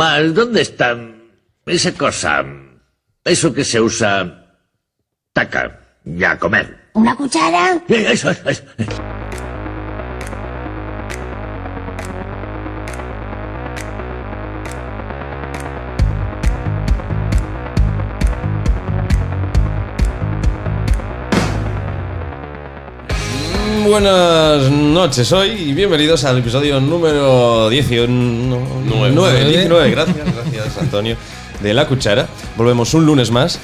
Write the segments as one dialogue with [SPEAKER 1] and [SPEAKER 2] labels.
[SPEAKER 1] Mal, ¿dónde está esa cosa? Eso que se usa... Taca, ya a comer.
[SPEAKER 2] ¿Una cuchara?
[SPEAKER 1] Eh, Eso, eso, eso.
[SPEAKER 3] Buenas noches hoy y bienvenidos al episodio número 19. 9, 19, gracias, gracias Antonio, de La Cuchara. Volvemos un lunes más,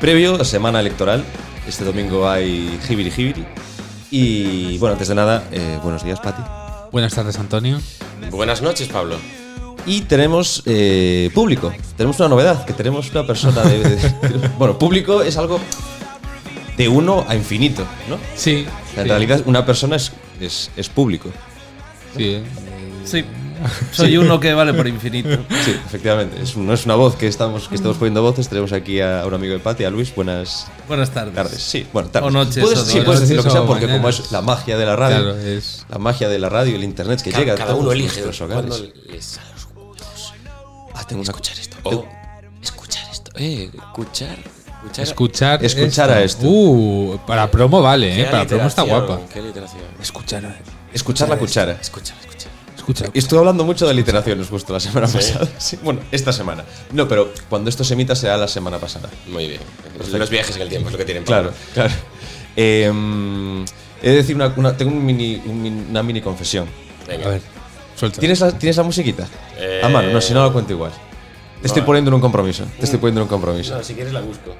[SPEAKER 3] previo a semana electoral. Este domingo hay jibiri jibiri. Y bueno, antes de nada, eh, buenos días Pati.
[SPEAKER 4] Buenas tardes, Antonio.
[SPEAKER 5] Buenas noches, Pablo.
[SPEAKER 3] Y tenemos eh, público, tenemos una novedad, que tenemos una persona de... de- bueno, público es algo de uno a infinito, ¿no?
[SPEAKER 4] Sí.
[SPEAKER 3] O sea, En realidad una persona es- es, es público.
[SPEAKER 4] Sí. eh.
[SPEAKER 6] Sí. Soy uno que vale por infinito.
[SPEAKER 3] Sí, efectivamente. Es, un- no es una voz que estamos, que estamos poniendo voces. Tenemos aquí a un amigo de Pati, a Luis. Buenas
[SPEAKER 6] Buenas tardes.
[SPEAKER 3] tardes. Sí, bueno, tardes.
[SPEAKER 6] O noches,
[SPEAKER 3] Puedes,
[SPEAKER 6] o
[SPEAKER 3] sí,
[SPEAKER 6] días.
[SPEAKER 3] puedes decir lo que
[SPEAKER 4] Noches
[SPEAKER 3] sea
[SPEAKER 4] o
[SPEAKER 3] porque como
[SPEAKER 4] mañanas.
[SPEAKER 3] es la magia de la radio,
[SPEAKER 4] Claro, es-
[SPEAKER 3] la magia de la radio, el internet que
[SPEAKER 5] Ca-
[SPEAKER 3] llega a
[SPEAKER 5] cada
[SPEAKER 3] todos
[SPEAKER 5] uno elige
[SPEAKER 3] nuestros
[SPEAKER 5] cuándo
[SPEAKER 3] hogares.
[SPEAKER 5] le sale los huevos.
[SPEAKER 3] Ah, tengo una-
[SPEAKER 5] Escuchar esto.
[SPEAKER 3] tengo-
[SPEAKER 5] O escuchar esto. Eh, escuchar. Escuchar.
[SPEAKER 4] Escuchar.
[SPEAKER 3] Escuchar a este.
[SPEAKER 4] esto.
[SPEAKER 3] esto.
[SPEAKER 4] Uh, para promo vale,
[SPEAKER 5] Qué
[SPEAKER 4] ¿eh? Para promo está
[SPEAKER 5] aliteración,
[SPEAKER 4] guapa.
[SPEAKER 5] Qué literación.
[SPEAKER 4] Escuchar.
[SPEAKER 3] escuchar la cuchara.
[SPEAKER 5] Escuchar, escuchar.
[SPEAKER 4] Escucha.
[SPEAKER 3] Estuve hablando mucho de literaciones justo la semana pasada. Sí, bueno, esta semana. No, pero cuando esto se emita será la semana pasada.
[SPEAKER 5] Muy bien. Los viajes en el tiempo es lo que tienen.
[SPEAKER 3] Claro,
[SPEAKER 5] Pablo.
[SPEAKER 3] claro. Em, he de decir una, una- tengo un mini- un min- una mini confesión.
[SPEAKER 5] Venga.
[SPEAKER 4] A ver, suelta.
[SPEAKER 3] ¿Tienes la, ¿Tienes la musiquita?
[SPEAKER 5] Eh,
[SPEAKER 3] a mano, no, si no lo cuento igual. Te estoy
[SPEAKER 5] no.
[SPEAKER 3] poniendo en un compromiso. Te estoy poniendo en un compromiso.
[SPEAKER 5] No, si quieres la busco.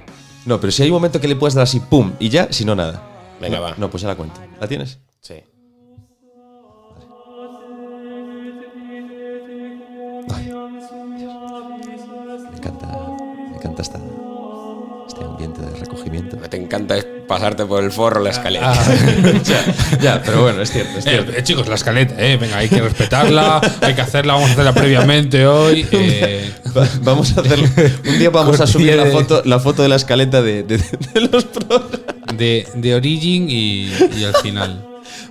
[SPEAKER 3] No, pero si hay un momento que le puedas dar así, pum, y ya, si no, nada.
[SPEAKER 5] Venga,
[SPEAKER 3] no,
[SPEAKER 5] va.
[SPEAKER 3] No, pues ya la cuento. ¿La tienes?
[SPEAKER 5] Sí.
[SPEAKER 3] Ay, Dios. Me encanta. Me encanta esta- este ambiente de recogimiento.
[SPEAKER 5] Lo que te encanta es pasarte por el forro
[SPEAKER 3] Ah,
[SPEAKER 5] la escalera.
[SPEAKER 3] ya, pero bueno, es cierto, es
[SPEAKER 4] Eh,
[SPEAKER 3] cierto.
[SPEAKER 4] eh, chicos, la escaleta, eh. Venga, hay que respetarla, hay que hacerla, vamos a hacerla previamente hoy. eh.
[SPEAKER 3] Va- Vamos a hacerlo. Un día vamos a subir la
[SPEAKER 4] Cortiere.
[SPEAKER 3] foto, la foto de la escaleta de, de- de los programas.
[SPEAKER 4] de, de Origin y, y al final.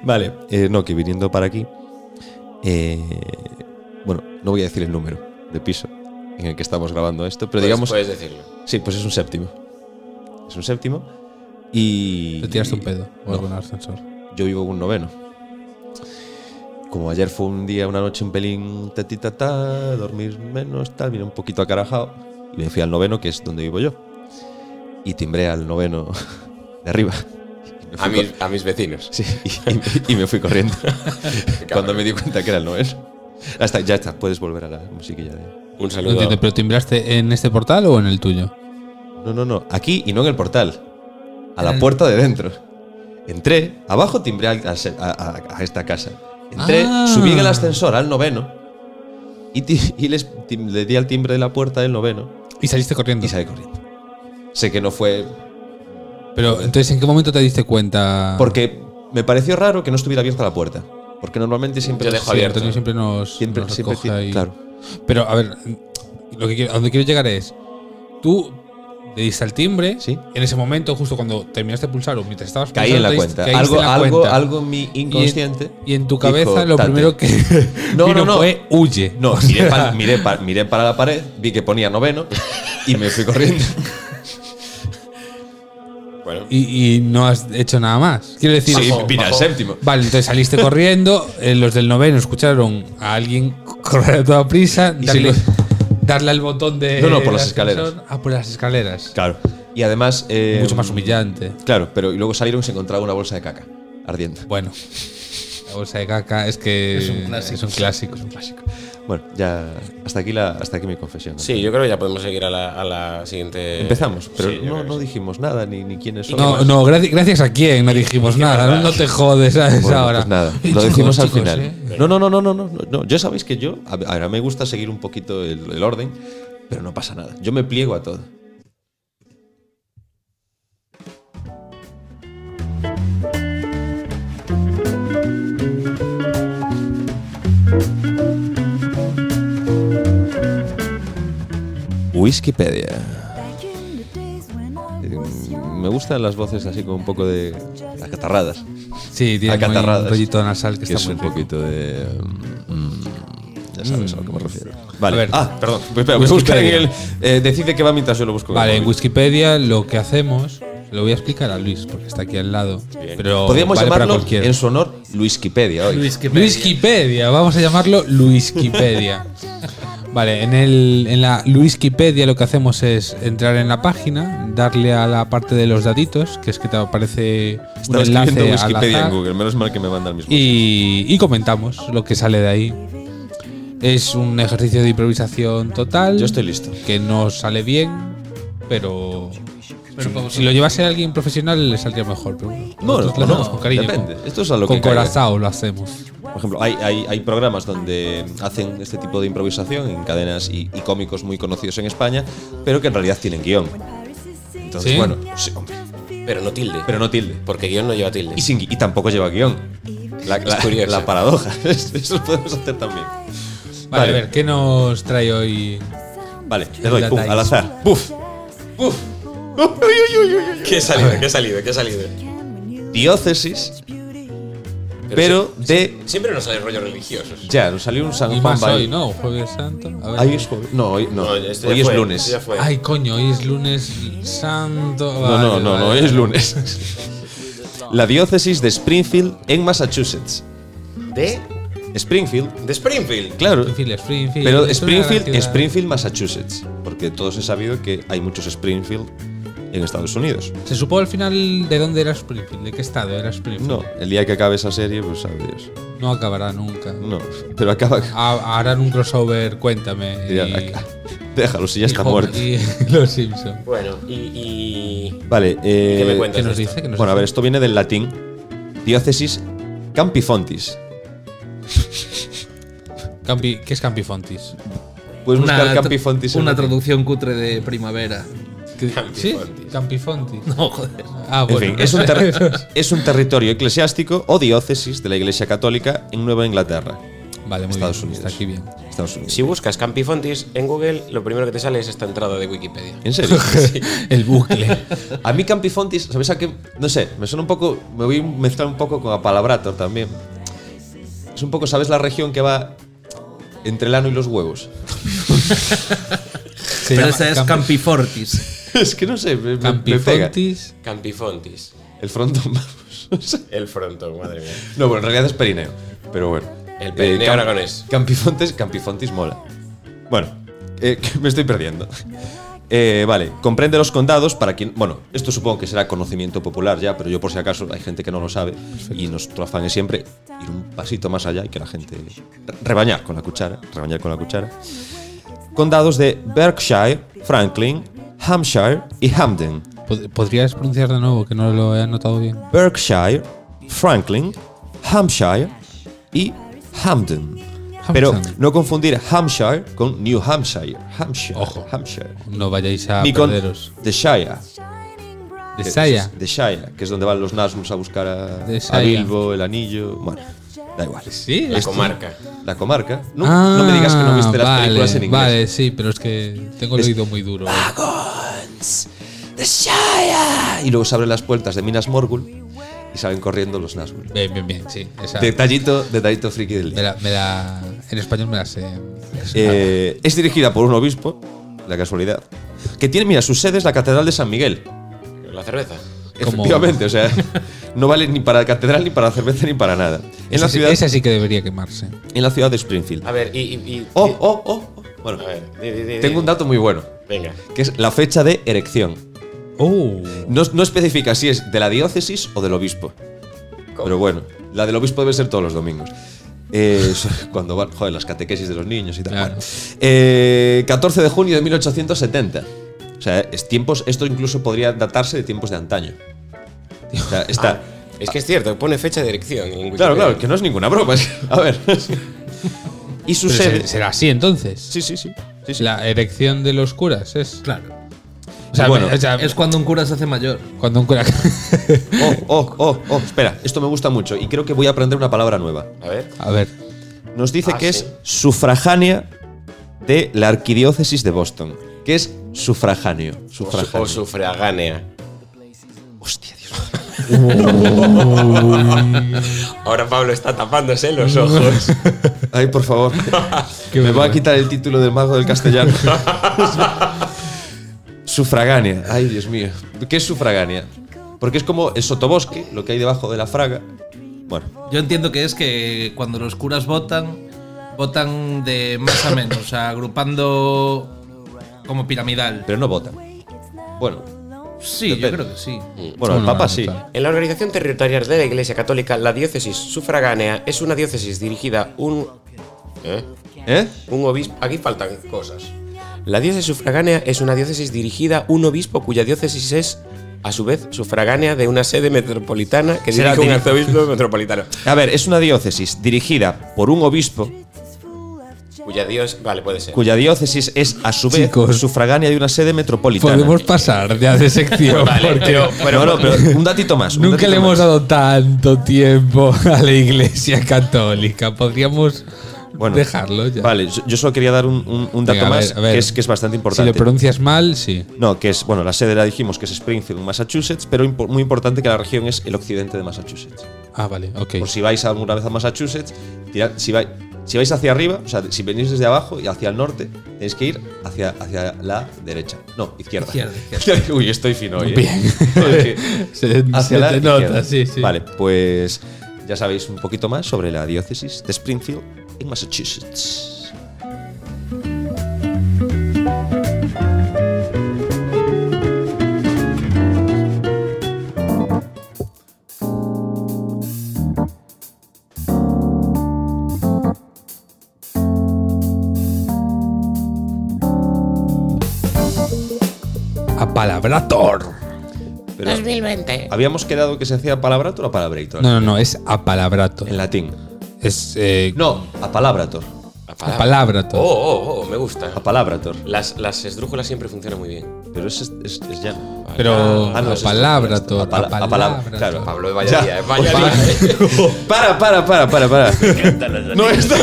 [SPEAKER 3] Vale, eh, no, que viniendo para aquí. eh, bueno, no voy a decir el número de piso en el que estamos grabando esto, pero
[SPEAKER 5] Puedes-
[SPEAKER 3] digamos.
[SPEAKER 5] Puedes decirlo.
[SPEAKER 3] Sí, pues es un séptimo. Es un séptimo. Y.
[SPEAKER 4] Te tiraste un pedo o
[SPEAKER 3] No,
[SPEAKER 4] algo en el ascensor.
[SPEAKER 3] yo vivo en un noveno. Como ayer fue un día, una noche un pelín tatitatá, dormir menos, tal, vine un poquito acarajado. Y me fui al noveno, que es donde vivo yo. Y timbré al noveno de arriba. Y me
[SPEAKER 5] A
[SPEAKER 3] fui
[SPEAKER 5] mis, a mis vecinos.
[SPEAKER 3] Sí, y, y- y me fui corriendo. cuando me di cuenta que era el noveno. Hasta, ya está, puedes volver a la musiquilla de.
[SPEAKER 5] Un
[SPEAKER 4] No
[SPEAKER 5] saludo.
[SPEAKER 4] entiendo, pero ¿timbraste en este portal o en el tuyo?
[SPEAKER 3] No, no, no. Aquí y no en el portal. A
[SPEAKER 5] Ah.
[SPEAKER 3] la puerta de dentro. Entré, abajo timbré al- al se- a, a- a esta casa. Entré,
[SPEAKER 4] Ah.
[SPEAKER 3] subí en el ascensor al noveno y, ti- y les, tim- le di al timbre de la puerta del noveno
[SPEAKER 4] Y saliste corriendo.
[SPEAKER 3] y salí corriendo. Sé que no fue.
[SPEAKER 4] Pero entonces, ¿en qué momento te diste
[SPEAKER 5] Ah.
[SPEAKER 4] cuenta?
[SPEAKER 3] Porque me pareció raro que no estuviera abierta la puerta. Porque normalmente siempre.
[SPEAKER 5] Yo
[SPEAKER 3] las-
[SPEAKER 5] dejo
[SPEAKER 4] Sí,
[SPEAKER 5] abierto.
[SPEAKER 4] Antonio siempre nos,
[SPEAKER 3] Siempre-
[SPEAKER 4] nos
[SPEAKER 3] siempre
[SPEAKER 4] recoge
[SPEAKER 3] ti-
[SPEAKER 4] ahí.
[SPEAKER 3] claro.
[SPEAKER 4] Pero, a ver, lo que quiero, a donde quiero llegar es, tú le diste al timbre,
[SPEAKER 3] Sí.
[SPEAKER 4] en ese momento, justo cuando terminaste de pulsar o mientras estabas
[SPEAKER 3] Caí en
[SPEAKER 4] pulsando,
[SPEAKER 3] la
[SPEAKER 4] te diste-
[SPEAKER 3] cuenta.
[SPEAKER 4] caíste
[SPEAKER 3] Algo,
[SPEAKER 4] en la
[SPEAKER 3] algo,
[SPEAKER 4] cuenta.
[SPEAKER 3] algo en mi
[SPEAKER 4] Y en-
[SPEAKER 3] inconsciente.
[SPEAKER 4] Y en, tu
[SPEAKER 3] dijo,
[SPEAKER 4] cabeza lo
[SPEAKER 3] "Tate".
[SPEAKER 4] primero que
[SPEAKER 3] No, no,
[SPEAKER 4] vino
[SPEAKER 3] no.
[SPEAKER 4] fue huye.
[SPEAKER 3] No,
[SPEAKER 4] O
[SPEAKER 3] miré,
[SPEAKER 4] sea,
[SPEAKER 3] pa- miré pa- miré para la pared, vi que ponía noveno y me fui corriendo.
[SPEAKER 5] Bueno,
[SPEAKER 4] y, y no has hecho nada más. Quiero decir,
[SPEAKER 3] Sí,
[SPEAKER 4] ojo,
[SPEAKER 3] vine al séptimo.
[SPEAKER 4] Vale, entonces saliste corriendo, eh, los del noveno escucharon a alguien correr a toda prisa,
[SPEAKER 3] Y
[SPEAKER 4] darle,
[SPEAKER 3] se
[SPEAKER 4] darle al botón de...
[SPEAKER 3] No, no, por
[SPEAKER 4] del
[SPEAKER 3] las escaleras.
[SPEAKER 4] ascensor. Ah, por las escaleras.
[SPEAKER 3] Claro. Y además. eh,
[SPEAKER 4] Mucho más humillante.
[SPEAKER 3] Claro, pero y luego salieron y se encontraba una bolsa de caca ardiendo.
[SPEAKER 4] Bueno, la bolsa de caca es que
[SPEAKER 6] Es un clásico.
[SPEAKER 4] Es un clásico.
[SPEAKER 3] Bueno, ya. Hasta aquí, la, hasta aquí mi confesión.
[SPEAKER 5] sí, yo creo que ya podemos seguir a la, a la siguiente.
[SPEAKER 3] Empezamos, pero
[SPEAKER 5] Sí, yo
[SPEAKER 3] no,
[SPEAKER 5] creo que
[SPEAKER 3] no
[SPEAKER 5] sí.
[SPEAKER 3] dijimos nada, ni, ni quiénes son.
[SPEAKER 4] No, no, gracias, gracias a quién no dijimos nada. No, no te jodes, ¿sabes?
[SPEAKER 3] Bueno,
[SPEAKER 4] ahora.
[SPEAKER 3] pues nada, lo
[SPEAKER 4] Eh, chicos,
[SPEAKER 3] decimos al
[SPEAKER 4] chicos,
[SPEAKER 3] final.
[SPEAKER 4] ¿eh?
[SPEAKER 3] No, no, no, no, no, no, no. Yo sabéis que yo, a- ahora me gusta seguir un poquito el, el orden, pero no pasa nada. Yo me pliego a todo. Wikipedia. Eh, Me gustan las voces así como un poco de acatarradas
[SPEAKER 4] Sí, tiene muy
[SPEAKER 3] acatarradas.
[SPEAKER 4] un rollito nasal
[SPEAKER 3] que
[SPEAKER 4] que, está
[SPEAKER 3] es
[SPEAKER 4] muy
[SPEAKER 3] un
[SPEAKER 4] rico.
[SPEAKER 3] poquito de. mm, mm, Ya sabes a lo que me refiero. Vale.
[SPEAKER 4] A ver.
[SPEAKER 3] Ah, perdón. Pues espera, voy a buscar en el. eh, decide que va mientras yo lo busco. en el
[SPEAKER 4] Vale, en
[SPEAKER 3] móvil.
[SPEAKER 4] Wikipedia lo que hacemos, lo voy a explicar a Luis, porque está aquí al lado. Pero
[SPEAKER 3] Podríamos
[SPEAKER 4] vale para
[SPEAKER 3] llamarlo
[SPEAKER 4] cualquiera.
[SPEAKER 3] en su honor Luisquipedia hoy.
[SPEAKER 6] Luis, que
[SPEAKER 4] Luisquipedia, vamos a llamarlo Luisquipedia. Vale, en, el, en la Luisquipedia lo que hacemos es entrar en la página, darle a la parte de los datitos, que es que te aparece un
[SPEAKER 3] Estaba escribiendo
[SPEAKER 4] enlace al
[SPEAKER 3] Wikipedia en
[SPEAKER 4] azar,
[SPEAKER 3] Google, menos mal que me manda el mismo.
[SPEAKER 4] y, y comentamos lo que sale de ahí. Es un ejercicio de improvisación total.
[SPEAKER 3] Yo estoy listo.
[SPEAKER 4] Que no sale bien, pero... si lo llevase a alguien profesional le saldría mejor. Pero bueno,
[SPEAKER 3] No,
[SPEAKER 4] nosotros lo
[SPEAKER 3] no,
[SPEAKER 4] hacemos con cariño.
[SPEAKER 3] depende.
[SPEAKER 4] con-
[SPEAKER 3] Esto es a lo
[SPEAKER 4] con
[SPEAKER 3] que caiga.
[SPEAKER 4] corazao lo hacemos.
[SPEAKER 3] Por ejemplo, hay, hay, hay programas donde hacen este tipo de improvisación en cadenas y, y cómicos muy conocidos en España, pero que en realidad tienen guión. Entonces,
[SPEAKER 4] ¿Sí?
[SPEAKER 3] bueno, sí, hombre,
[SPEAKER 5] Pero no tilde.
[SPEAKER 3] pero no tilde.
[SPEAKER 5] Porque guión no lleva tilde.
[SPEAKER 3] Y, sin gui- y tampoco lleva guión. La, la-
[SPEAKER 5] curioso.
[SPEAKER 3] la paradoja. Eso lo podemos hacer también.
[SPEAKER 4] Vale, a ver, ¿qué nos trae hoy?
[SPEAKER 3] Vale, le doy,
[SPEAKER 4] La
[SPEAKER 3] pum,
[SPEAKER 4] dais.
[SPEAKER 3] al azar. ¡Buf! ¡Buf! Uy, uy, uy, uy, uy.
[SPEAKER 5] ¿Qué salida? ¿Qué salida? ¿Qué salida?
[SPEAKER 3] Diócesis, pero de.
[SPEAKER 5] Siempre nos sale rollo religioso.
[SPEAKER 3] Ya, nos salió un San
[SPEAKER 4] Y
[SPEAKER 3] Juan
[SPEAKER 4] más
[SPEAKER 3] Bail-
[SPEAKER 4] hoy, ¿no? Jueves Santo. A ver.
[SPEAKER 3] Ahí es jueves. No, hoy no.
[SPEAKER 5] No, esto ya
[SPEAKER 3] hoy es
[SPEAKER 5] fue,
[SPEAKER 3] lunes.
[SPEAKER 5] esto Ya fue.
[SPEAKER 4] Ay, coño, hoy es lunes santo.
[SPEAKER 3] No,
[SPEAKER 4] Vale,
[SPEAKER 3] no, no,
[SPEAKER 4] vale.
[SPEAKER 3] no, hoy es lunes. La diócesis de Springfield en Massachusetts.
[SPEAKER 5] ¿De?
[SPEAKER 3] Springfield,
[SPEAKER 5] De Springfield.
[SPEAKER 3] claro.
[SPEAKER 4] Springfield, Springfield.
[SPEAKER 3] Pero
[SPEAKER 4] es una gran
[SPEAKER 3] Springfield,
[SPEAKER 4] ciudad.
[SPEAKER 3] Springfield, Massachusetts. Porque todos he sabido que hay muchos Springfield en Estados Unidos.
[SPEAKER 4] ¿Se supo al final de dónde era Springfield? ¿De qué estado era Springfield?
[SPEAKER 3] No, el día que acabe esa serie, pues adiós.
[SPEAKER 4] No acabará nunca.
[SPEAKER 3] No, pero acaba.
[SPEAKER 4] Ha- harán un crossover, cuéntame. Ah, y-
[SPEAKER 3] ya, acá. Déjalo, si ya
[SPEAKER 4] y
[SPEAKER 3] está
[SPEAKER 4] Homer-
[SPEAKER 3] muerto.
[SPEAKER 4] Y los Simpson.
[SPEAKER 5] Bueno, y. y...
[SPEAKER 3] Vale, eh,
[SPEAKER 5] ¿Qué me cuentas?
[SPEAKER 4] ¿Qué nos
[SPEAKER 5] esto?
[SPEAKER 4] dice? ¿Qué nos
[SPEAKER 3] Bueno, a ver,
[SPEAKER 4] dice?
[SPEAKER 3] esto viene del latín. Diócesis Campifontis.
[SPEAKER 4] Campi- ¿Qué es Campifontis?
[SPEAKER 3] Puedes buscar
[SPEAKER 6] tra-
[SPEAKER 3] Campifontis en
[SPEAKER 6] una
[SPEAKER 3] latín.
[SPEAKER 6] traducción cutre de primavera.
[SPEAKER 4] ¿Qué- ¿Sí?
[SPEAKER 5] Campifontis.
[SPEAKER 4] Campifontis.
[SPEAKER 6] No, joder.
[SPEAKER 4] Ah,
[SPEAKER 3] En
[SPEAKER 4] bueno.
[SPEAKER 3] fin, es un, ter- es un territorio eclesiástico o diócesis de la Iglesia Católica en Nueva Inglaterra,
[SPEAKER 4] Vale, muy
[SPEAKER 3] Estados
[SPEAKER 4] bien.
[SPEAKER 3] Unidos.
[SPEAKER 4] Está aquí bien.
[SPEAKER 3] Estados Unidos.
[SPEAKER 5] Si buscas Campifontis en Google, lo primero que te sale es esta entrada de Wikipedia.
[SPEAKER 3] ¿En serio?
[SPEAKER 4] El bucle.
[SPEAKER 3] A mí Campifontis, ¿sabéis a qué? No sé, me suena un poco, me voy a mezclar un poco con Apalabrator también. Es un poco, ¿sabes la región que va entre el ano y los huevos?
[SPEAKER 4] Se
[SPEAKER 6] Pero
[SPEAKER 4] llama
[SPEAKER 6] esa es
[SPEAKER 4] Camp-
[SPEAKER 6] Campifortis.
[SPEAKER 3] es que no sé, me, me- me pega.
[SPEAKER 4] Campifontis.
[SPEAKER 5] Campifontis.
[SPEAKER 3] El frontón, vamos. no sé.
[SPEAKER 5] El frontón, madre mía.
[SPEAKER 3] No, bueno, en realidad es Perineo. Pero bueno.
[SPEAKER 5] El Perineo
[SPEAKER 3] Cam-
[SPEAKER 5] aragonés.
[SPEAKER 3] Campifontes, Campifontis mola. Bueno, eh, que me estoy perdiendo. Eh, vale, comprende los condados para quien. Bueno, esto supongo que será conocimiento popular ya, pero yo por si acaso hay gente que no lo sabe y nuestro afán es siempre ir un pasito más allá y que la gente. re- rebañar con la cuchara, rebañar con la cuchara. Condados de Berkshire, Franklin, Hampshire y Hamden.
[SPEAKER 4] Pod- ¿Podrías pronunciar de nuevo que no lo he anotado bien?
[SPEAKER 3] Berkshire, Franklin, Hampshire y Hamden. Pero no confundir Hampshire con New Hampshire. Hampshire.
[SPEAKER 4] Ojo.
[SPEAKER 3] Hampshire.
[SPEAKER 4] No vayáis a
[SPEAKER 3] Ni con
[SPEAKER 4] perderos.
[SPEAKER 3] The Shire.
[SPEAKER 4] De Saya.
[SPEAKER 3] The Shire, que Eh, es donde van los Nasmus a buscar a,
[SPEAKER 4] The
[SPEAKER 3] a
[SPEAKER 4] Shire.
[SPEAKER 3] Bilbo, el anillo. Bueno, da igual.
[SPEAKER 4] Sí,
[SPEAKER 5] La
[SPEAKER 4] esto-
[SPEAKER 5] comarca.
[SPEAKER 3] La comarca. No, no me digas que no viste las
[SPEAKER 4] Ah,
[SPEAKER 3] películas en
[SPEAKER 4] vale,
[SPEAKER 3] inglés.
[SPEAKER 4] Vale, sí, pero es que tengo el
[SPEAKER 3] Es- Ah.
[SPEAKER 4] oído muy duro.
[SPEAKER 3] The Shire. Y luego se abren las puertas de Minas Morgul y salen corriendo los Nazgûl.
[SPEAKER 4] Bien, bien, bien, sí. esa-
[SPEAKER 3] Detallito, detallito friki del día.
[SPEAKER 4] me la, me la- en español me la sé.
[SPEAKER 3] Eh, es dirigida por un obispo, la casualidad, que tiene, mira, su sede es la Catedral de San Miguel.
[SPEAKER 5] La cerveza.
[SPEAKER 4] Como-
[SPEAKER 3] Efectivamente, o sea, no vale ni para catedral, ni para cerveza, ni para nada. En
[SPEAKER 4] esa,
[SPEAKER 3] la
[SPEAKER 4] sí-
[SPEAKER 3] ciudad,
[SPEAKER 4] esa sí que debería quemarse.
[SPEAKER 3] en la ciudad de Springfield.
[SPEAKER 5] A ver, y. y- y-
[SPEAKER 3] Oh, oh, oh, oh. Bueno,
[SPEAKER 5] A ver, di- di- di-
[SPEAKER 3] tengo un
[SPEAKER 5] di.
[SPEAKER 3] dato Ah. muy bueno,
[SPEAKER 5] Venga.
[SPEAKER 3] que es la fecha de erección.
[SPEAKER 4] Oh.
[SPEAKER 3] No, no especifica si es de la diócesis o del obispo.
[SPEAKER 5] ¿Cómo?
[SPEAKER 3] Pero bueno, la del obispo debe ser todos los domingos. Eh, eso, cuando van, joder, las catequesis de los niños y tal.
[SPEAKER 4] Claro.
[SPEAKER 3] Bueno. Eh, 14 de junio de 1870. O sea, es tiempos, esto incluso podría datarse de tiempos de antaño. O sea, está.
[SPEAKER 4] Ah,
[SPEAKER 5] Es que es cierto, pone fecha de dirección en Wikipedia.
[SPEAKER 3] claro, claro, que no es ninguna broma. es- A ver. y su
[SPEAKER 4] Pero se-
[SPEAKER 3] sede.
[SPEAKER 4] será así entonces.
[SPEAKER 3] Sí, sí, sí. sí, sí.
[SPEAKER 4] La erección de los curas es.
[SPEAKER 6] Claro.
[SPEAKER 4] O sea,
[SPEAKER 3] Bueno,
[SPEAKER 4] o sea,
[SPEAKER 6] Es cuando un cura se hace mayor.
[SPEAKER 4] cuando un cura.
[SPEAKER 3] Oh, oh, oh, oh, espera, esto me gusta mucho y creo que voy a aprender una palabra nueva.
[SPEAKER 5] A ver.
[SPEAKER 4] a ver.
[SPEAKER 3] Nos dice
[SPEAKER 5] Ah,
[SPEAKER 3] que
[SPEAKER 5] sí.
[SPEAKER 3] es sufragánea de la arquidiócesis de Boston, que es sufragáneo.
[SPEAKER 5] O su-
[SPEAKER 3] Sufragáneo.
[SPEAKER 5] O sufragánea.
[SPEAKER 3] Hostia, Dios mío.
[SPEAKER 5] Ahora Pablo está tapándose los ojos.
[SPEAKER 3] Ay, por favor. Me va a quitar el título de mago del castellano. sufragánea. Ay, Dios mío. ¿Qué es sufragánea? Porque es como el sotobosque, lo que hay debajo de la fraga. Bueno,
[SPEAKER 6] Yo entiendo que es que cuando los curas votan, votan de más a menos, o sea, agrupando como piramidal.
[SPEAKER 3] pero no votan. Bueno,
[SPEAKER 6] Sí,
[SPEAKER 3] depende.
[SPEAKER 6] yo creo que sí.
[SPEAKER 3] bueno, el
[SPEAKER 4] Bueno,
[SPEAKER 3] Papa
[SPEAKER 4] no
[SPEAKER 3] sí.
[SPEAKER 4] votan.
[SPEAKER 5] En la organización territorial de la Iglesia Católica, la diócesis sufragánea es una diócesis dirigida un ¿Eh?
[SPEAKER 3] ¿Eh?
[SPEAKER 5] un obispo. Aquí faltan cosas. La diócesis sufragánea es una diócesis dirigida un obispo cuya diócesis es a su vez sufragánea de una sede metropolitana que
[SPEAKER 3] Será
[SPEAKER 5] dirige un
[SPEAKER 3] dir-
[SPEAKER 5] arzobispo metropolitano
[SPEAKER 3] A ver, es una diócesis dirigida por un obispo
[SPEAKER 5] cuya dios vale puede ser
[SPEAKER 3] cuya diócesis es a su vez
[SPEAKER 4] Chicos.
[SPEAKER 3] sufragánea de una sede metropolitana.
[SPEAKER 4] Podemos pasar ya de sección.
[SPEAKER 5] vale
[SPEAKER 4] porque
[SPEAKER 5] pero, pero-
[SPEAKER 3] no, no, Pues pero un datito más. un
[SPEAKER 4] Nunca
[SPEAKER 3] datito
[SPEAKER 4] le hemos
[SPEAKER 3] más.
[SPEAKER 4] dado tanto tiempo a la Iglesia Católica. Podríamos
[SPEAKER 3] Bueno,
[SPEAKER 4] dejarlo ya.
[SPEAKER 3] Vale, yo yo solo quería dar un, un- un dato
[SPEAKER 4] Venga, a ver,
[SPEAKER 3] más
[SPEAKER 4] a ver.
[SPEAKER 3] Que, es, que es bastante
[SPEAKER 4] Si lo
[SPEAKER 3] importante.
[SPEAKER 4] pronuncias mal, sí.
[SPEAKER 3] no, que es, bueno, la sede la dijimos que es Springfield, Massachusetts, pero impo- muy importante que la región es el occidente de Massachusetts.
[SPEAKER 4] Ah, vale, ok.
[SPEAKER 3] Por si vais alguna vez a Massachusetts, tirad- si, vai- si vais hacia arriba, o sea, si venís desde abajo y hacia el norte, tenéis que ir hacia, hacia la derecha. No, izquierda.
[SPEAKER 6] Izquierda,
[SPEAKER 3] Uy, estoy fino hoy. ¿eh?
[SPEAKER 4] Bien.
[SPEAKER 3] Es que-
[SPEAKER 4] Se,
[SPEAKER 3] hacia
[SPEAKER 4] se
[SPEAKER 3] la
[SPEAKER 4] te
[SPEAKER 3] izquierda.
[SPEAKER 4] nota, sí, sí.
[SPEAKER 3] Vale, pues ya sabéis un poquito más sobre la diócesis de Springfield en Massachusetts.
[SPEAKER 4] Apalabrator.
[SPEAKER 3] Pero Habíamos quedado que se hacía palabrator o palabrator
[SPEAKER 4] No, no, no, es apalabrator.
[SPEAKER 3] en latín.
[SPEAKER 4] Es. Eh,
[SPEAKER 3] No, apalabrator.
[SPEAKER 5] La palabra.
[SPEAKER 4] apalabrator.
[SPEAKER 5] oh, oh oh me gusta
[SPEAKER 3] Apalabrator.
[SPEAKER 5] las, las esdrújulas siempre funcionan muy bien
[SPEAKER 3] Pero es, es, es llano.
[SPEAKER 4] Pero.
[SPEAKER 3] Ah, no, es
[SPEAKER 4] apalabrator.
[SPEAKER 3] Apala- apala-
[SPEAKER 4] apalabrator.
[SPEAKER 3] claro.
[SPEAKER 5] Pablo de Valladía,
[SPEAKER 3] Ya. Pues
[SPEAKER 5] eh, Valladía.
[SPEAKER 3] Para, para, para, para, para. No está.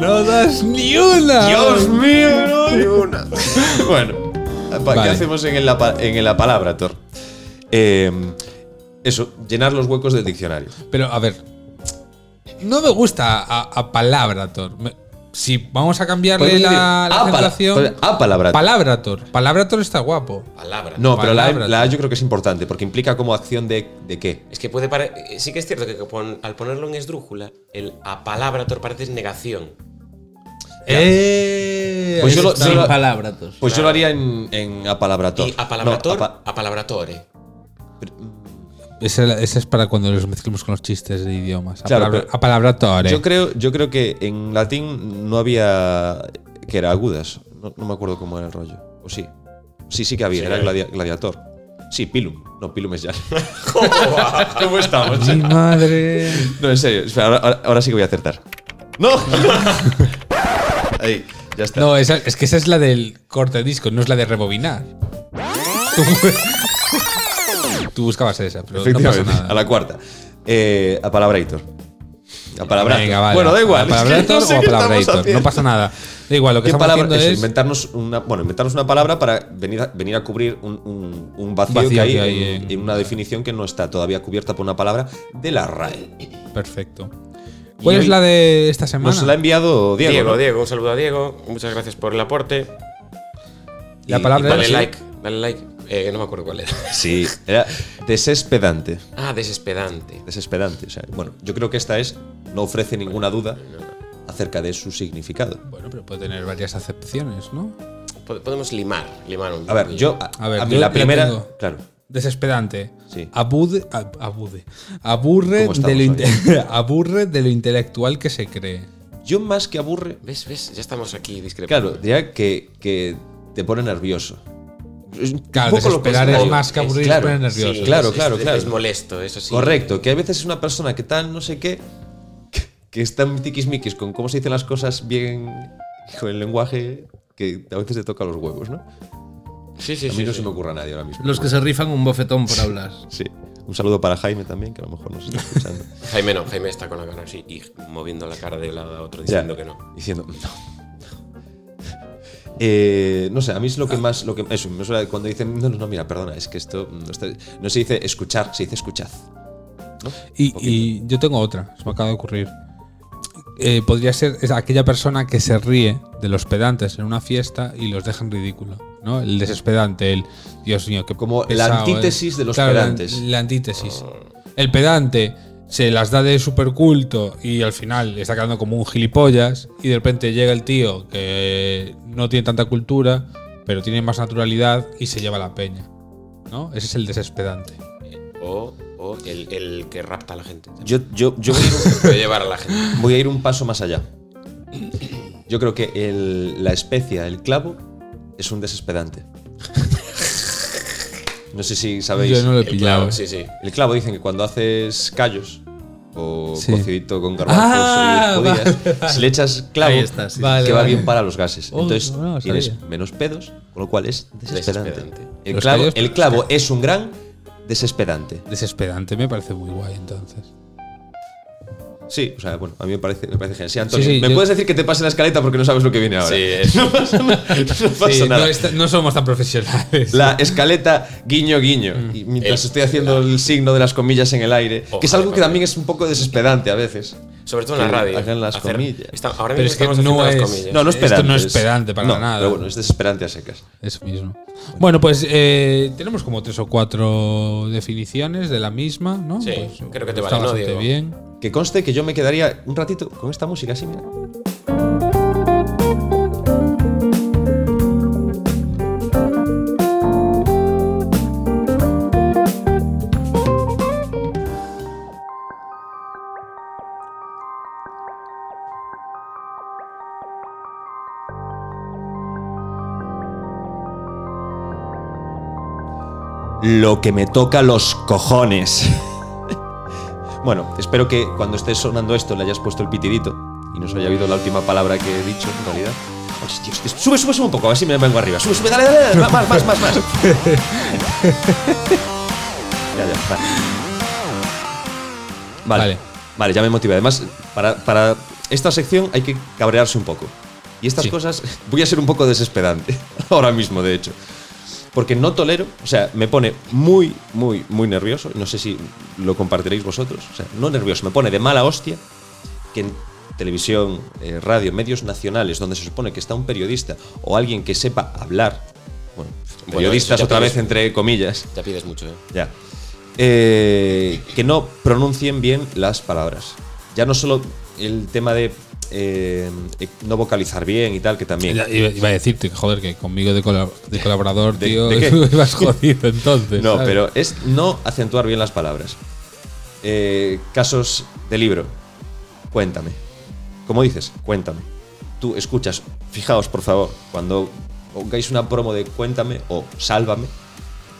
[SPEAKER 4] No das ni una.
[SPEAKER 3] Dios mío, no hay una. Bueno, ¿pa- ¿qué
[SPEAKER 4] Vale.
[SPEAKER 3] hacemos en el, apa- en el apalabrator? Eh, eso, llenar los huecos del diccionario.
[SPEAKER 4] Pero a ver, no me gusta a, a palabrator. Me- Si vamos a cambiarle
[SPEAKER 3] Podemos
[SPEAKER 4] la,
[SPEAKER 3] decir "Ah,
[SPEAKER 4] la
[SPEAKER 3] apala-
[SPEAKER 4] acentuación,
[SPEAKER 3] apalabrator.
[SPEAKER 4] palabrator. Palabrator está guapo.
[SPEAKER 5] palabra
[SPEAKER 3] No, pero la,
[SPEAKER 4] Palabras.
[SPEAKER 3] la A yo creo que es importante, porque implica como acción de, de qué.
[SPEAKER 5] es que puede pare- eh, sí que es cierto que pon- al ponerlo en esdrújula el apalabrator parece negación
[SPEAKER 4] Eh,
[SPEAKER 3] Pues yo lo-
[SPEAKER 6] Sin
[SPEAKER 3] yo lo-
[SPEAKER 6] palabras. tos.
[SPEAKER 3] Pues yo lo haría en, en apalabrator.
[SPEAKER 5] y apalabrator eh.
[SPEAKER 3] No, apa-
[SPEAKER 5] apalabratore
[SPEAKER 4] esa, esa es para cuando los mezclemos con los chistes de idiomas. A,
[SPEAKER 3] Claro,
[SPEAKER 4] palabra-
[SPEAKER 3] pero-
[SPEAKER 4] a palabrator. eh.
[SPEAKER 3] yo, creo, yo creo que en latín no había. que era agudas. No, no me acuerdo cómo era el rollo. O sí. Sí, sí que había,
[SPEAKER 5] Sí,
[SPEAKER 3] era
[SPEAKER 5] había.
[SPEAKER 3] gladia- gladiator. Sí, pilum. No, pilum es ya. ¿Cómo estamos?
[SPEAKER 4] Mi madre.
[SPEAKER 3] No, en serio. Espera, ahora, ahora- ahora sí que voy a acertar. ¡No! Ahí, ya está.
[SPEAKER 4] No, esa- es que esa es la del corte de disco, no es la de rebobinar. Tú- Tú buscabas esa, pero no pasa
[SPEAKER 3] Efectivamente,
[SPEAKER 4] nada.
[SPEAKER 3] a la cuarta. Eh, a palabrator. A palabrator.
[SPEAKER 4] Venga, vale.
[SPEAKER 3] Bueno, da igual. es que
[SPEAKER 4] Apalabrator
[SPEAKER 3] no sé
[SPEAKER 4] o
[SPEAKER 3] qué estamos
[SPEAKER 4] apalabrator,
[SPEAKER 3] haciendo.
[SPEAKER 4] no pasa nada. Da igual, lo que
[SPEAKER 3] ¿Qué
[SPEAKER 4] estamos
[SPEAKER 3] palabra?
[SPEAKER 4] haciendo
[SPEAKER 3] Eso,
[SPEAKER 4] es.
[SPEAKER 3] inventarnos una, bueno, inventarnos una palabra para venir a, venir a cubrir un, un- un vacío,
[SPEAKER 4] Vacío
[SPEAKER 3] que hay,
[SPEAKER 4] que hay
[SPEAKER 3] en,
[SPEAKER 4] en-
[SPEAKER 3] en una definición que no está todavía cubierta por una palabra de la RAE.
[SPEAKER 4] Perfecto. ¿Cuál
[SPEAKER 3] Y
[SPEAKER 4] es
[SPEAKER 3] hoy
[SPEAKER 4] la de esta
[SPEAKER 3] Nos la ha
[SPEAKER 4] semana?
[SPEAKER 3] enviado Diego.
[SPEAKER 5] Diego
[SPEAKER 3] ¿no?
[SPEAKER 5] Diego un saludo a Diego muchas gracias por el aporte
[SPEAKER 4] La
[SPEAKER 3] Y-
[SPEAKER 4] palabra
[SPEAKER 5] Dale
[SPEAKER 4] Sí.
[SPEAKER 5] like, dale like. Eh, no me acuerdo cuál era.
[SPEAKER 3] Sí, era desesperante.
[SPEAKER 5] Ah, desesperante.
[SPEAKER 3] Desesperante. o sea, bueno, yo creo que esta es, no ofrece ninguna duda acerca de su significado.
[SPEAKER 4] Bueno, pero puede tener varias acepciones, ¿no?
[SPEAKER 5] Po- Podemos limar, limar un
[SPEAKER 3] A ver, yo. A,
[SPEAKER 4] A ver,
[SPEAKER 3] a mí
[SPEAKER 4] yo
[SPEAKER 3] la
[SPEAKER 4] la
[SPEAKER 3] primera.
[SPEAKER 4] tengo.
[SPEAKER 3] Claro.
[SPEAKER 4] Desesperante.
[SPEAKER 3] Sí.
[SPEAKER 4] Abude, ab- abude. Aburre,
[SPEAKER 3] ¿Cómo estamos
[SPEAKER 4] de lo
[SPEAKER 3] hoy?
[SPEAKER 4] inte- aburre de lo intelectual que se cree.
[SPEAKER 3] Yo más que aburre,
[SPEAKER 5] ¿Ves? ¿Ves? Ya estamos aquí discrepando.
[SPEAKER 3] claro, diría que, que te pone nervioso. Es un
[SPEAKER 4] Claro,
[SPEAKER 3] poco lo
[SPEAKER 4] desesperar es
[SPEAKER 3] contrario.
[SPEAKER 4] más que aburrir,
[SPEAKER 3] claro,
[SPEAKER 4] poner nervioso.
[SPEAKER 3] sí, claro,
[SPEAKER 5] es-
[SPEAKER 3] claro,
[SPEAKER 5] es,
[SPEAKER 3] claro.
[SPEAKER 5] Es molesto, eso sí.
[SPEAKER 3] Correcto, que a veces es una persona que tan no sé qué, que, que es tan tiquismiquis con cómo se dicen las cosas bien y con el lenguaje que a veces te toca los huevos, ¿no?
[SPEAKER 5] Sí, sí,
[SPEAKER 3] A mí
[SPEAKER 5] sí.
[SPEAKER 3] no
[SPEAKER 5] sí.
[SPEAKER 3] se me ocurre a nadie ahora mismo.
[SPEAKER 6] Los que se rifan un bofetón por hablar.
[SPEAKER 3] Sí. Un saludo para Jaime también, que a lo mejor nos está escuchando.
[SPEAKER 5] Jaime no, Jaime está con la cara así y moviendo la cara de un lado a otro
[SPEAKER 3] Ya.
[SPEAKER 5] diciendo que no.
[SPEAKER 3] Diciendo, no. eh, no sé, a mí es lo
[SPEAKER 5] Ah.
[SPEAKER 3] que más. Lo que, eso, me suena cuando dicen. No, no, no, mira, perdona, es que esto. No, está- no se dice escuchar, se dice escuchad. ¿no?
[SPEAKER 4] Y, y yo tengo otra, se me acaba de ocurrir. Eh, podría ser es aquella persona que se ríe de los pedantes en una fiesta y los deja en ridículo. ¿no? El despedante, el Dios mío, que
[SPEAKER 3] Como la antítesis de los pedantes. Ah.
[SPEAKER 4] La, antítesis. El pedante se las da de superculto y al final está quedando como un gilipollas. Y de repente llega el tío que no tiene tanta cultura, pero tiene más naturalidad y se lleva la peña. ¿no? Ese es el desespedante.
[SPEAKER 5] O, o el, el que rapta a la gente.
[SPEAKER 3] Yo, yo, yo voy, a ir
[SPEAKER 5] Se puede llevar a la gente.
[SPEAKER 3] un, voy a ir un paso más allá. Yo creo que el- la especia, el clavo, es un desesperante. No sé si sabéis.
[SPEAKER 4] Yo no lo he
[SPEAKER 5] El
[SPEAKER 4] pillado.
[SPEAKER 5] clavo,
[SPEAKER 4] eh.
[SPEAKER 5] sí, sí.
[SPEAKER 3] El clavo dicen que cuando haces callos o
[SPEAKER 4] Sí.
[SPEAKER 3] cocidito con garbanzos
[SPEAKER 4] Ah,
[SPEAKER 3] y judías, si le echas clavo,
[SPEAKER 6] Ahí está, sí.
[SPEAKER 4] Vale,
[SPEAKER 3] que va
[SPEAKER 4] vale.
[SPEAKER 3] bien para los gases.
[SPEAKER 4] Oh,
[SPEAKER 3] Entonces
[SPEAKER 4] no, no,
[SPEAKER 3] tienes
[SPEAKER 4] sabía.
[SPEAKER 3] menos pedos, con lo cual es desesperante.
[SPEAKER 5] Desesperante.
[SPEAKER 3] El,
[SPEAKER 4] Los
[SPEAKER 3] clavo,
[SPEAKER 4] callos-
[SPEAKER 3] el clavo es un gran desesperante.
[SPEAKER 4] Desesperante me parece muy guay entonces.
[SPEAKER 3] Sí, o sea, bueno, a mí me parece, me parece genial. Sí, Antonio,
[SPEAKER 4] Sí, sí,
[SPEAKER 3] ¿me
[SPEAKER 4] yo-
[SPEAKER 3] puedes decir que te pase la escaleta porque no sabes lo que viene ahora?
[SPEAKER 5] Sí, es-
[SPEAKER 3] no pasa
[SPEAKER 4] Sí,
[SPEAKER 3] nada.
[SPEAKER 4] no, este- esta- no somos tan profesionales.
[SPEAKER 3] La escaleta guiño guiño.
[SPEAKER 4] Mm.
[SPEAKER 3] Y mientras
[SPEAKER 5] El-
[SPEAKER 3] estoy haciendo el signo de las comillas en el aire, que es
[SPEAKER 5] Ojalá,
[SPEAKER 3] algo que
[SPEAKER 5] ojalá.
[SPEAKER 3] también es un poco desesperante a veces.
[SPEAKER 5] Sobre todo en la
[SPEAKER 3] Que
[SPEAKER 5] radio.
[SPEAKER 3] hagan las
[SPEAKER 5] Hacer-
[SPEAKER 3] comillas.
[SPEAKER 5] está- ahora
[SPEAKER 4] Pero
[SPEAKER 5] mismo
[SPEAKER 4] es que
[SPEAKER 5] estamos
[SPEAKER 4] no
[SPEAKER 5] haciendo
[SPEAKER 4] es-
[SPEAKER 5] las comillas.
[SPEAKER 3] No, no es
[SPEAKER 4] Esto
[SPEAKER 3] pedante.
[SPEAKER 4] no es pedante para
[SPEAKER 3] no,
[SPEAKER 4] nada.
[SPEAKER 3] Pero bueno, es desesperante a secas.
[SPEAKER 4] Eso mismo. Bueno, pues eh, tenemos como tres o cuatro definiciones de la misma, ¿no?
[SPEAKER 5] Sí,
[SPEAKER 4] Pues,
[SPEAKER 5] creo que te
[SPEAKER 4] está
[SPEAKER 5] vale, ¿no,
[SPEAKER 4] bastante
[SPEAKER 5] Diego?
[SPEAKER 4] bien.
[SPEAKER 3] Que conste que yo me quedaría un ratito con esta música así, mira. Lo que me toca los cojones. Bueno, espero que cuando estés sonando esto le hayas puesto el pitidito y no se haya oído la última palabra que he dicho en realidad. Dios, Dios, Dios. Sube, sube, sube un poco, así me vengo arriba. Sube, sube, dale, dale, dale. Más, más, más, más, más. ya, ya, vale. Vale.
[SPEAKER 4] Vale.
[SPEAKER 3] Vale, ya me motivé. Además, para, para esta sección hay que cabrearse un poco. Y estas
[SPEAKER 4] Sí.
[SPEAKER 3] cosas, voy a ser un poco desesperante ahora mismo, de hecho porque no tolero, o sea, me pone muy, muy, muy nervioso. No sé si lo compartiréis vosotros. O sea, no nervioso, me pone de mala hostia que en televisión, eh, radio, medios nacionales, donde se supone que está un periodista o alguien que sepa hablar, bueno,
[SPEAKER 5] Bueno,
[SPEAKER 3] periodistas
[SPEAKER 5] eso ya
[SPEAKER 3] otra
[SPEAKER 5] pides-
[SPEAKER 3] vez entre comillas,
[SPEAKER 5] Te pides mucho, ¿eh?
[SPEAKER 3] ya. Eh, que no pronuncien bien las palabras. Ya no solo el tema de eh, no vocalizar bien y tal, que también.
[SPEAKER 4] Iba, iba a decirte que, joder, que conmigo de, colab- de colaborador,
[SPEAKER 3] ¿De-
[SPEAKER 4] tío,
[SPEAKER 3] de qué?
[SPEAKER 4] ibas jodido entonces.
[SPEAKER 3] No,
[SPEAKER 4] ¿sabes?
[SPEAKER 3] pero es no acentuar bien las palabras. Eh, casos de libro. Cuéntame. Como dices, cuéntame. Tú escuchas, fijaos por favor, cuando pongáis una promo de cuéntame o sálvame,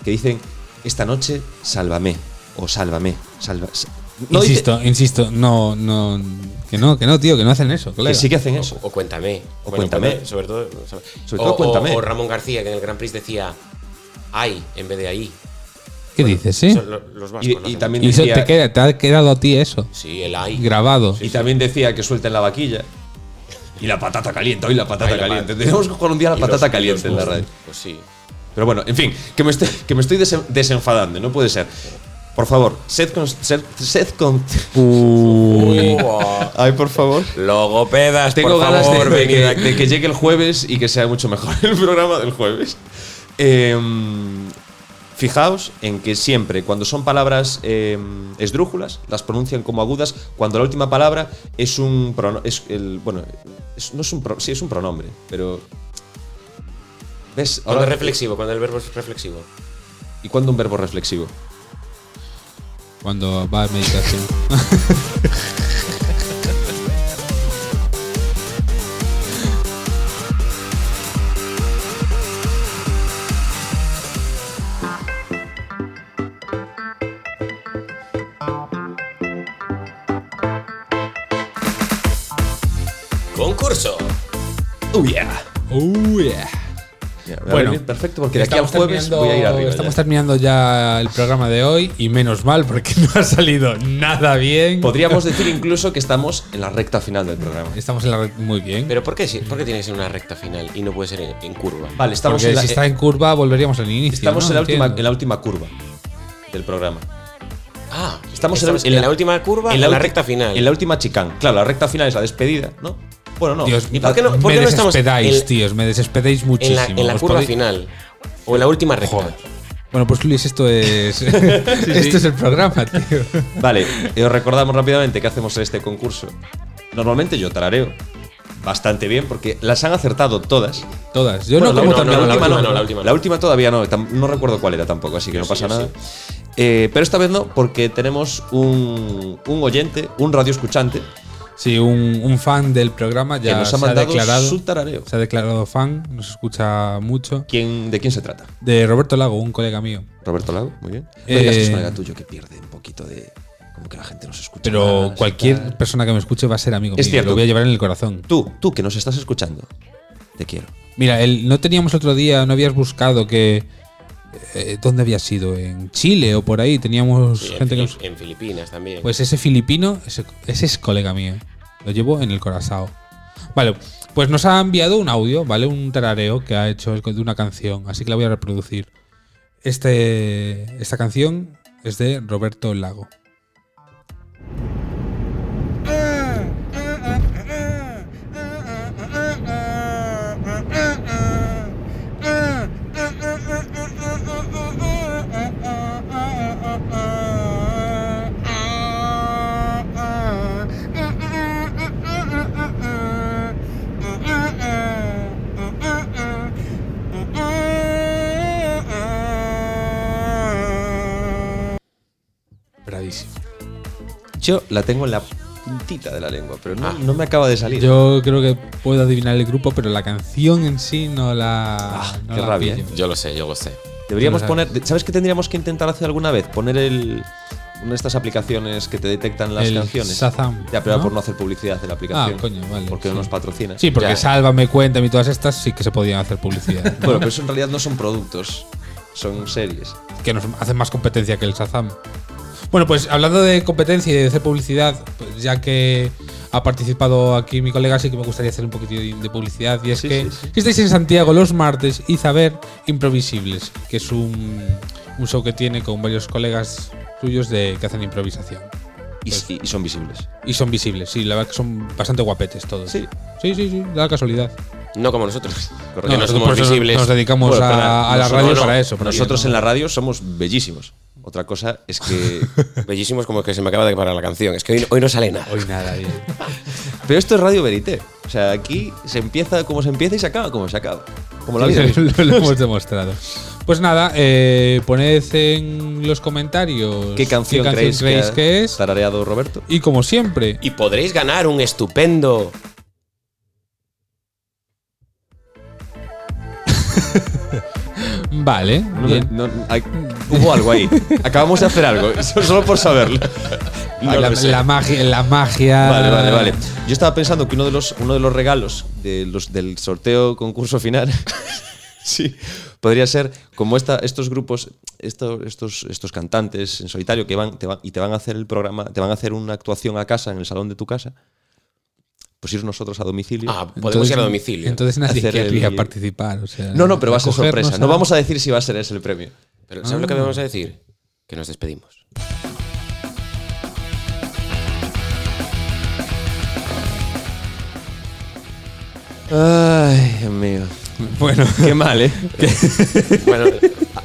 [SPEAKER 3] que dicen esta noche sálvame o sálvame. Salva, sa-". No dice-
[SPEAKER 4] insisto, insisto, no, no. Que no, que no, tío, que no hacen eso.
[SPEAKER 3] que
[SPEAKER 4] colega.
[SPEAKER 3] sí que hacen eso.
[SPEAKER 5] O cuéntame.
[SPEAKER 3] O cuéntame.
[SPEAKER 5] sobre todo, sobre
[SPEAKER 3] Sobre todo
[SPEAKER 5] o,
[SPEAKER 3] cuéntame.
[SPEAKER 5] o- o Ramón García, que en el Grand Prix decía ay en vez de ahí.
[SPEAKER 4] ¿Qué dices, sí?
[SPEAKER 5] Son lo- los vascos.
[SPEAKER 3] Y-
[SPEAKER 5] lo
[SPEAKER 3] y
[SPEAKER 5] hacen.
[SPEAKER 3] también-
[SPEAKER 4] Y eso
[SPEAKER 3] decía-
[SPEAKER 4] te, queda, te ha quedado a ti eso,
[SPEAKER 5] Sí, el ay.
[SPEAKER 4] grabado.
[SPEAKER 3] Y también decía que suelten la vaquilla. Y la patata caliente, hoy la patata
[SPEAKER 5] Ay, la
[SPEAKER 3] caliente.
[SPEAKER 5] patata.
[SPEAKER 3] Tenemos que jugar un día a la
[SPEAKER 5] Y los-
[SPEAKER 3] patata
[SPEAKER 5] y los
[SPEAKER 3] caliente en la
[SPEAKER 5] gustos.
[SPEAKER 3] radio.
[SPEAKER 5] Pues sí.
[SPEAKER 3] Pero bueno, en fin, que me estoy, que me estoy desen- desenfadando, no puede ser. Por favor, sed con. Sed, sed con
[SPEAKER 4] Uy.
[SPEAKER 5] Buah.
[SPEAKER 3] Ay, por favor.
[SPEAKER 5] Logopedas,
[SPEAKER 3] Tengo
[SPEAKER 5] por
[SPEAKER 3] ganas de-
[SPEAKER 5] favor,
[SPEAKER 3] de,
[SPEAKER 5] venid
[SPEAKER 3] que,
[SPEAKER 5] aquí.
[SPEAKER 3] de que llegue el jueves y que sea mucho mejor el programa del jueves. Em, fijaos en que siempre, cuando son palabras em, esdrújulas, las pronuncian como agudas, cuando la última palabra es un prono- es el Bueno, es- no es un pro- sí, es un pronombre, pero. ¿Ves?
[SPEAKER 5] Cuando es reflexivo, cuando el verbo es reflexivo.
[SPEAKER 3] ¿Y cuándo un verbo reflexivo?
[SPEAKER 4] Cuando va a meditación.
[SPEAKER 5] Concurso.
[SPEAKER 3] ¡Oh, yeah!
[SPEAKER 4] Uy, Oh, yeah.
[SPEAKER 3] A
[SPEAKER 4] Oh, Bueno.
[SPEAKER 3] ver, perfecto, porque de aquí al
[SPEAKER 4] Estamos
[SPEAKER 3] jueves
[SPEAKER 4] terminando-
[SPEAKER 3] voy a ir arriba.
[SPEAKER 4] Estamos
[SPEAKER 3] ya.
[SPEAKER 4] terminando ya el programa de hoy y menos mal porque no ha salido nada bien.
[SPEAKER 3] Podríamos decir incluso que estamos en la recta final del programa.
[SPEAKER 4] Estamos en la red muy bien.
[SPEAKER 5] Pero ¿por qué, si- por qué tiene que ser una recta final y no puede ser en, en curva?
[SPEAKER 3] Vale, estamos
[SPEAKER 4] Porque
[SPEAKER 3] en la, eh,
[SPEAKER 4] si está en curva volveríamos al inicio.
[SPEAKER 3] estamos
[SPEAKER 4] ¿no?
[SPEAKER 3] en, la última,
[SPEAKER 4] Entiendo.
[SPEAKER 3] en la última curva del programa.
[SPEAKER 5] Ah,
[SPEAKER 3] Estamos en-
[SPEAKER 5] en,
[SPEAKER 3] en
[SPEAKER 5] la,
[SPEAKER 3] la-
[SPEAKER 5] última curva, en
[SPEAKER 3] en
[SPEAKER 5] la,
[SPEAKER 3] ulti-
[SPEAKER 5] recta final.
[SPEAKER 3] En la última chicán. Claro, la recta final es la despedida, ¿no? Bueno, no.
[SPEAKER 4] Dios,
[SPEAKER 5] ¿Y por qué no- por
[SPEAKER 4] me
[SPEAKER 5] qué no estamos
[SPEAKER 4] desesperáis,
[SPEAKER 5] en-
[SPEAKER 4] tíos, me desesperáis
[SPEAKER 5] en
[SPEAKER 4] muchísimo.
[SPEAKER 5] la, en la
[SPEAKER 4] Os
[SPEAKER 5] curva
[SPEAKER 4] podéis-
[SPEAKER 5] final. O en la última recta.
[SPEAKER 4] Joder. Bueno, pues Luis, esto es esto es el programa, tío.
[SPEAKER 3] Vale, eh, os recordamos rápidamente qué hacemos en este concurso. Normalmente yo tarareo bastante bien porque las han acertado todas.
[SPEAKER 4] Todas. Yo
[SPEAKER 3] Bueno,
[SPEAKER 4] no
[SPEAKER 3] la,
[SPEAKER 4] como
[SPEAKER 3] última-
[SPEAKER 4] tan-
[SPEAKER 5] no,
[SPEAKER 3] la
[SPEAKER 5] la
[SPEAKER 3] última
[SPEAKER 5] última
[SPEAKER 3] no,
[SPEAKER 5] no, la última no.
[SPEAKER 3] la última todavía no, tam- no recuerdo cuál era tampoco, así que no
[SPEAKER 5] sí,
[SPEAKER 3] pasa
[SPEAKER 5] yo
[SPEAKER 3] nada. Eh, pero esta vez no, porque tenemos un, un oyente, un radio escuchante,
[SPEAKER 4] Sí, un, un fan del programa ya
[SPEAKER 3] que nos ha
[SPEAKER 4] se ha
[SPEAKER 3] mandado
[SPEAKER 4] declarado.
[SPEAKER 3] su tarareo.
[SPEAKER 4] Se ha declarado fan, nos escucha mucho.
[SPEAKER 3] ¿Quién, ¿De quién se trata?
[SPEAKER 4] De Roberto Lago, un colega mío.
[SPEAKER 3] Roberto Lago, muy bien. No
[SPEAKER 4] Eh,
[SPEAKER 3] digas que es un colega tuyo que pierde un poquito de. Como que la gente nos escucha.
[SPEAKER 4] Pero
[SPEAKER 3] más y
[SPEAKER 4] cualquier
[SPEAKER 3] tal.
[SPEAKER 4] persona que me escuche va a ser amigo
[SPEAKER 3] Es
[SPEAKER 4] mío.
[SPEAKER 3] cierto.
[SPEAKER 4] Lo voy a llevar en el corazón.
[SPEAKER 3] Tú, tú que nos estás escuchando, te quiero.
[SPEAKER 4] Mira, el, no teníamos otro día, no habías buscado que. eh, ¿Dónde había sido? ¿En Chile o por ahí? Teníamos
[SPEAKER 5] Sí, en
[SPEAKER 4] gente que
[SPEAKER 5] Filip-
[SPEAKER 4] nos-
[SPEAKER 5] en Filipinas también.
[SPEAKER 4] Pues ese filipino, ese, ese es colega mío. Lo llevo en el corazón. Vale, pues nos ha enviado un audio, ¿vale? Un tarareo que ha hecho de una canción, así que la voy a reproducir. Este, esta canción es de Roberto Lago. Bravísimo.
[SPEAKER 3] Yo la tengo en la puntita de la lengua, pero no, no me acaba de salir.
[SPEAKER 4] Yo creo que puedo adivinar el grupo, pero la canción en sí no la. no
[SPEAKER 3] Ah, qué
[SPEAKER 4] la
[SPEAKER 3] rabia, eh.
[SPEAKER 4] pillo.
[SPEAKER 5] Yo lo sé, yo lo sé.
[SPEAKER 3] Deberíamos
[SPEAKER 4] Tú lo sabes.
[SPEAKER 3] poner. ¿Sabes qué tendríamos que intentar hacer alguna vez? Poner el. Una de estas aplicaciones que te detectan las
[SPEAKER 4] El
[SPEAKER 3] canciones.
[SPEAKER 4] Shazam,
[SPEAKER 3] ya, pero
[SPEAKER 4] ¿no?
[SPEAKER 3] por no hacer publicidad de la aplicación.
[SPEAKER 4] Ah, coño, vale,
[SPEAKER 3] Porque
[SPEAKER 4] sí.
[SPEAKER 3] no nos patrocina.
[SPEAKER 4] Sí, porque
[SPEAKER 5] Ya.
[SPEAKER 4] Sálvame, Cuéntame y todas estas sí que se podían hacer publicidad.
[SPEAKER 3] Bueno, pero eso en realidad no son productos, son series.
[SPEAKER 4] que nos hacen más competencia que el Shazam. Bueno, pues hablando de competencia y de hacer publicidad, pues ya que ha participado aquí mi colega, sí que me gustaría hacer un poquito de publicidad. Y es
[SPEAKER 3] Sí,
[SPEAKER 4] que
[SPEAKER 3] sí, sí.
[SPEAKER 4] si estáis en Santiago los martes, y saber Improvisibles, que es un, un show que tiene con varios colegas suyos de que hacen improvisación.
[SPEAKER 3] Y,
[SPEAKER 4] Pues
[SPEAKER 3] y- y son visibles.
[SPEAKER 4] Y son visibles, sí, la verdad que son bastante guapetes todos.
[SPEAKER 3] Sí.
[SPEAKER 4] sí, sí, sí, da la casualidad.
[SPEAKER 5] No como nosotros. Porque no,
[SPEAKER 4] nosotros por
[SPEAKER 5] somos
[SPEAKER 4] eso
[SPEAKER 5] visibles.
[SPEAKER 4] Nos dedicamos
[SPEAKER 3] Bueno,
[SPEAKER 4] a,
[SPEAKER 3] para-
[SPEAKER 4] a la
[SPEAKER 3] nosotros
[SPEAKER 4] radio
[SPEAKER 5] no,
[SPEAKER 4] para eso. para
[SPEAKER 3] Nosotros
[SPEAKER 4] que-
[SPEAKER 3] en la radio somos bellísimos. Otra cosa es que.
[SPEAKER 5] Bellísimos como que se me acaba de parar la canción. Es que hoy, hoy no sale nada.
[SPEAKER 4] Hoy nada, bien.
[SPEAKER 3] pero esto es Radio Verité. O sea, aquí se empieza como se empieza y se acaba como se acaba. Como la vida.
[SPEAKER 4] Sí,
[SPEAKER 3] misma.
[SPEAKER 4] lo, lo hemos demostrado. Pues nada, eh, poned en los comentarios
[SPEAKER 3] ¿Qué canción, creéis,
[SPEAKER 4] creéis
[SPEAKER 3] ha
[SPEAKER 4] que es.
[SPEAKER 3] Tarareado Roberto.
[SPEAKER 4] Y como siempre,
[SPEAKER 5] Y podréis ganar un estupendo.
[SPEAKER 4] vale,
[SPEAKER 3] No,
[SPEAKER 4] bien.
[SPEAKER 3] no, hay- hubo algo ahí. Acabamos de hacer algo, eso solo por saberlo. No
[SPEAKER 4] la,
[SPEAKER 3] lo sé.
[SPEAKER 4] la magia, la magia.
[SPEAKER 3] Vale, vale, vale. Yo estaba pensando que uno de los, uno de los regalos de los, del sorteo concurso final sí, podría ser como esta, estos grupos, esto- estos, estos cantantes en solitario que van, te van y te van a hacer el programa, te van a hacer una actuación a casa en el salón de tu casa. Pues ir nosotros a domicilio.
[SPEAKER 5] Ah, podemos
[SPEAKER 4] Entonces-
[SPEAKER 5] ir a domicilio.
[SPEAKER 4] Entonces nadie
[SPEAKER 3] Hacer el-
[SPEAKER 4] querría participar. o sea,
[SPEAKER 3] no, no, pero va a ser
[SPEAKER 4] acogernos
[SPEAKER 3] sorpresa. No vamos a decir si va a ser ese el premio.
[SPEAKER 5] Pero ¿sabes
[SPEAKER 4] Ah.
[SPEAKER 5] lo que vamos a decir? Que nos despedimos.
[SPEAKER 3] Ay, Dios mío.
[SPEAKER 4] Bueno,
[SPEAKER 3] Qué mal, ¿eh?
[SPEAKER 5] Bueno,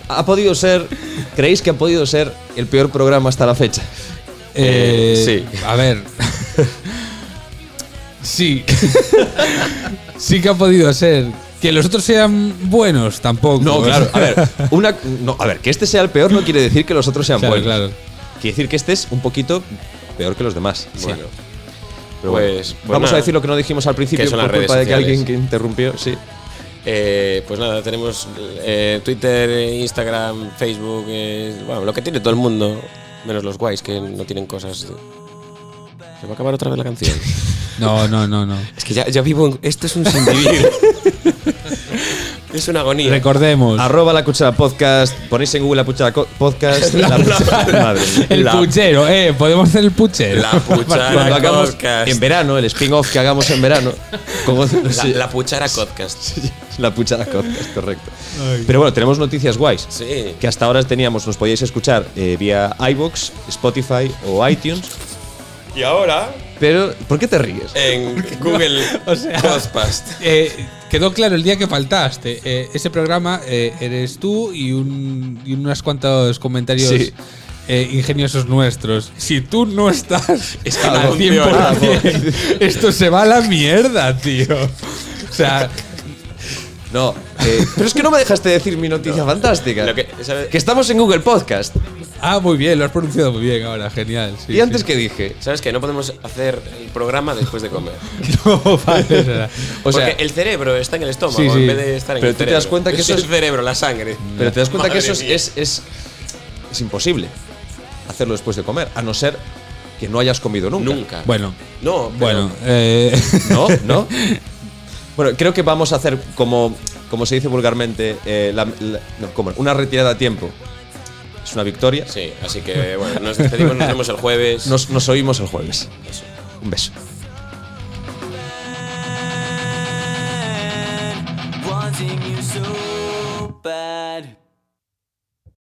[SPEAKER 3] ha podido ser, ¿creéis que ha podido ser el peor programa hasta la fecha?
[SPEAKER 4] eh,
[SPEAKER 5] sí.
[SPEAKER 4] A ver. sí. sí que ha podido ser. Que los otros sean buenos tampoco.
[SPEAKER 3] No, claro, a ver, una, no, a ver, que este sea el peor no quiere decir que los otros sean
[SPEAKER 4] Claro,
[SPEAKER 3] buenos.
[SPEAKER 4] claro.
[SPEAKER 3] Quiere decir que este es un poquito peor que los demás.
[SPEAKER 5] bueno.
[SPEAKER 3] Pero bueno,
[SPEAKER 5] Pues- pues
[SPEAKER 3] vamos a
[SPEAKER 5] nada.
[SPEAKER 3] decir lo que no dijimos al principio
[SPEAKER 5] Que son
[SPEAKER 3] por
[SPEAKER 5] las
[SPEAKER 3] culpa
[SPEAKER 5] redes
[SPEAKER 3] de que
[SPEAKER 5] sociales.
[SPEAKER 3] alguien que interrumpió, sí.
[SPEAKER 5] Eh, pues nada, tenemos eh, Twitter, eh, Instagram, Facebook, eh, bueno, lo que tiene todo el mundo, menos los guays que no tienen cosas. de- Se va a acabar otra vez la canción.
[SPEAKER 4] No, no, no, no.
[SPEAKER 5] es que ya, ya vivo en... Esto es un sin vivir. Es una agonía.
[SPEAKER 4] Recordemos.
[SPEAKER 3] Arroba la cuchara podcast. Ponéis en Google la cuchara co- podcast. La, cuchara madre.
[SPEAKER 4] El
[SPEAKER 5] la-
[SPEAKER 4] puchero, eh, podemos hacer el puchero.
[SPEAKER 5] La
[SPEAKER 3] Cuando
[SPEAKER 5] puchara
[SPEAKER 3] hagamos
[SPEAKER 5] podcast.
[SPEAKER 3] en verano, el spin-off que hagamos en verano. como-
[SPEAKER 5] La,
[SPEAKER 3] sí,
[SPEAKER 5] la puchara podcast.
[SPEAKER 3] la cuchara podcast, correcto. Pero bueno, tenemos noticias guays.
[SPEAKER 5] Sí.
[SPEAKER 3] Que hasta ahora teníamos, nos podíais escuchar eh, vía iBox, Spotify o iTunes.
[SPEAKER 5] Y ahora
[SPEAKER 3] Pero, ¿por qué te ríes?
[SPEAKER 5] Eh, en Google Podcast.
[SPEAKER 4] Eh, quedó claro el día que faltaste. Eh, ese programa eh, eres tú y, un, y unos cuantos comentarios
[SPEAKER 3] Sí.
[SPEAKER 4] eh, ingeniosos nuestros. Si tú no estás
[SPEAKER 5] Es que
[SPEAKER 4] al
[SPEAKER 5] no funciona.
[SPEAKER 4] 100%, esto se va a la mierda, tío. O sea,
[SPEAKER 3] No, eh, pero es que no me dejaste decir mi noticia fantástica.
[SPEAKER 5] Lo
[SPEAKER 3] que,
[SPEAKER 5] que- ¿sabe-
[SPEAKER 3] estamos en Google Podcast.
[SPEAKER 4] ah, muy bien, lo has pronunciado muy bien ahora, genial. sí,
[SPEAKER 3] y antes
[SPEAKER 4] sí.
[SPEAKER 3] que dije,
[SPEAKER 5] ¿Sabes qué? No podemos hacer el programa después de comer.
[SPEAKER 4] No, vale, o sea,
[SPEAKER 3] o sea,
[SPEAKER 5] Porque el cerebro está en el estómago
[SPEAKER 4] Sí, sí.
[SPEAKER 5] en vez de estar en
[SPEAKER 3] Pero
[SPEAKER 5] el
[SPEAKER 3] tú te
[SPEAKER 5] cerebro.
[SPEAKER 3] das cuenta que
[SPEAKER 5] Es
[SPEAKER 3] eso es-
[SPEAKER 5] el cerebro, la sangre.
[SPEAKER 3] pero te das cuenta
[SPEAKER 5] Madre
[SPEAKER 3] que eso es,
[SPEAKER 5] mía.
[SPEAKER 3] es, es- es imposible hacerlo después de comer, a no ser que no hayas comido nunca.
[SPEAKER 5] Nunca.
[SPEAKER 4] bueno,
[SPEAKER 5] No, pero-
[SPEAKER 4] bueno, eh,
[SPEAKER 3] No, no. Bueno, creo que vamos a hacer como, como se dice vulgarmente, eh, la- la- no, ¿cómo era? una retirada a tiempo. Es una victoria.
[SPEAKER 5] Sí, así que bueno, nos despedimos, nos vemos el jueves.
[SPEAKER 3] Nos, nos oímos el jueves. Un beso.
[SPEAKER 2] wanting you so bad.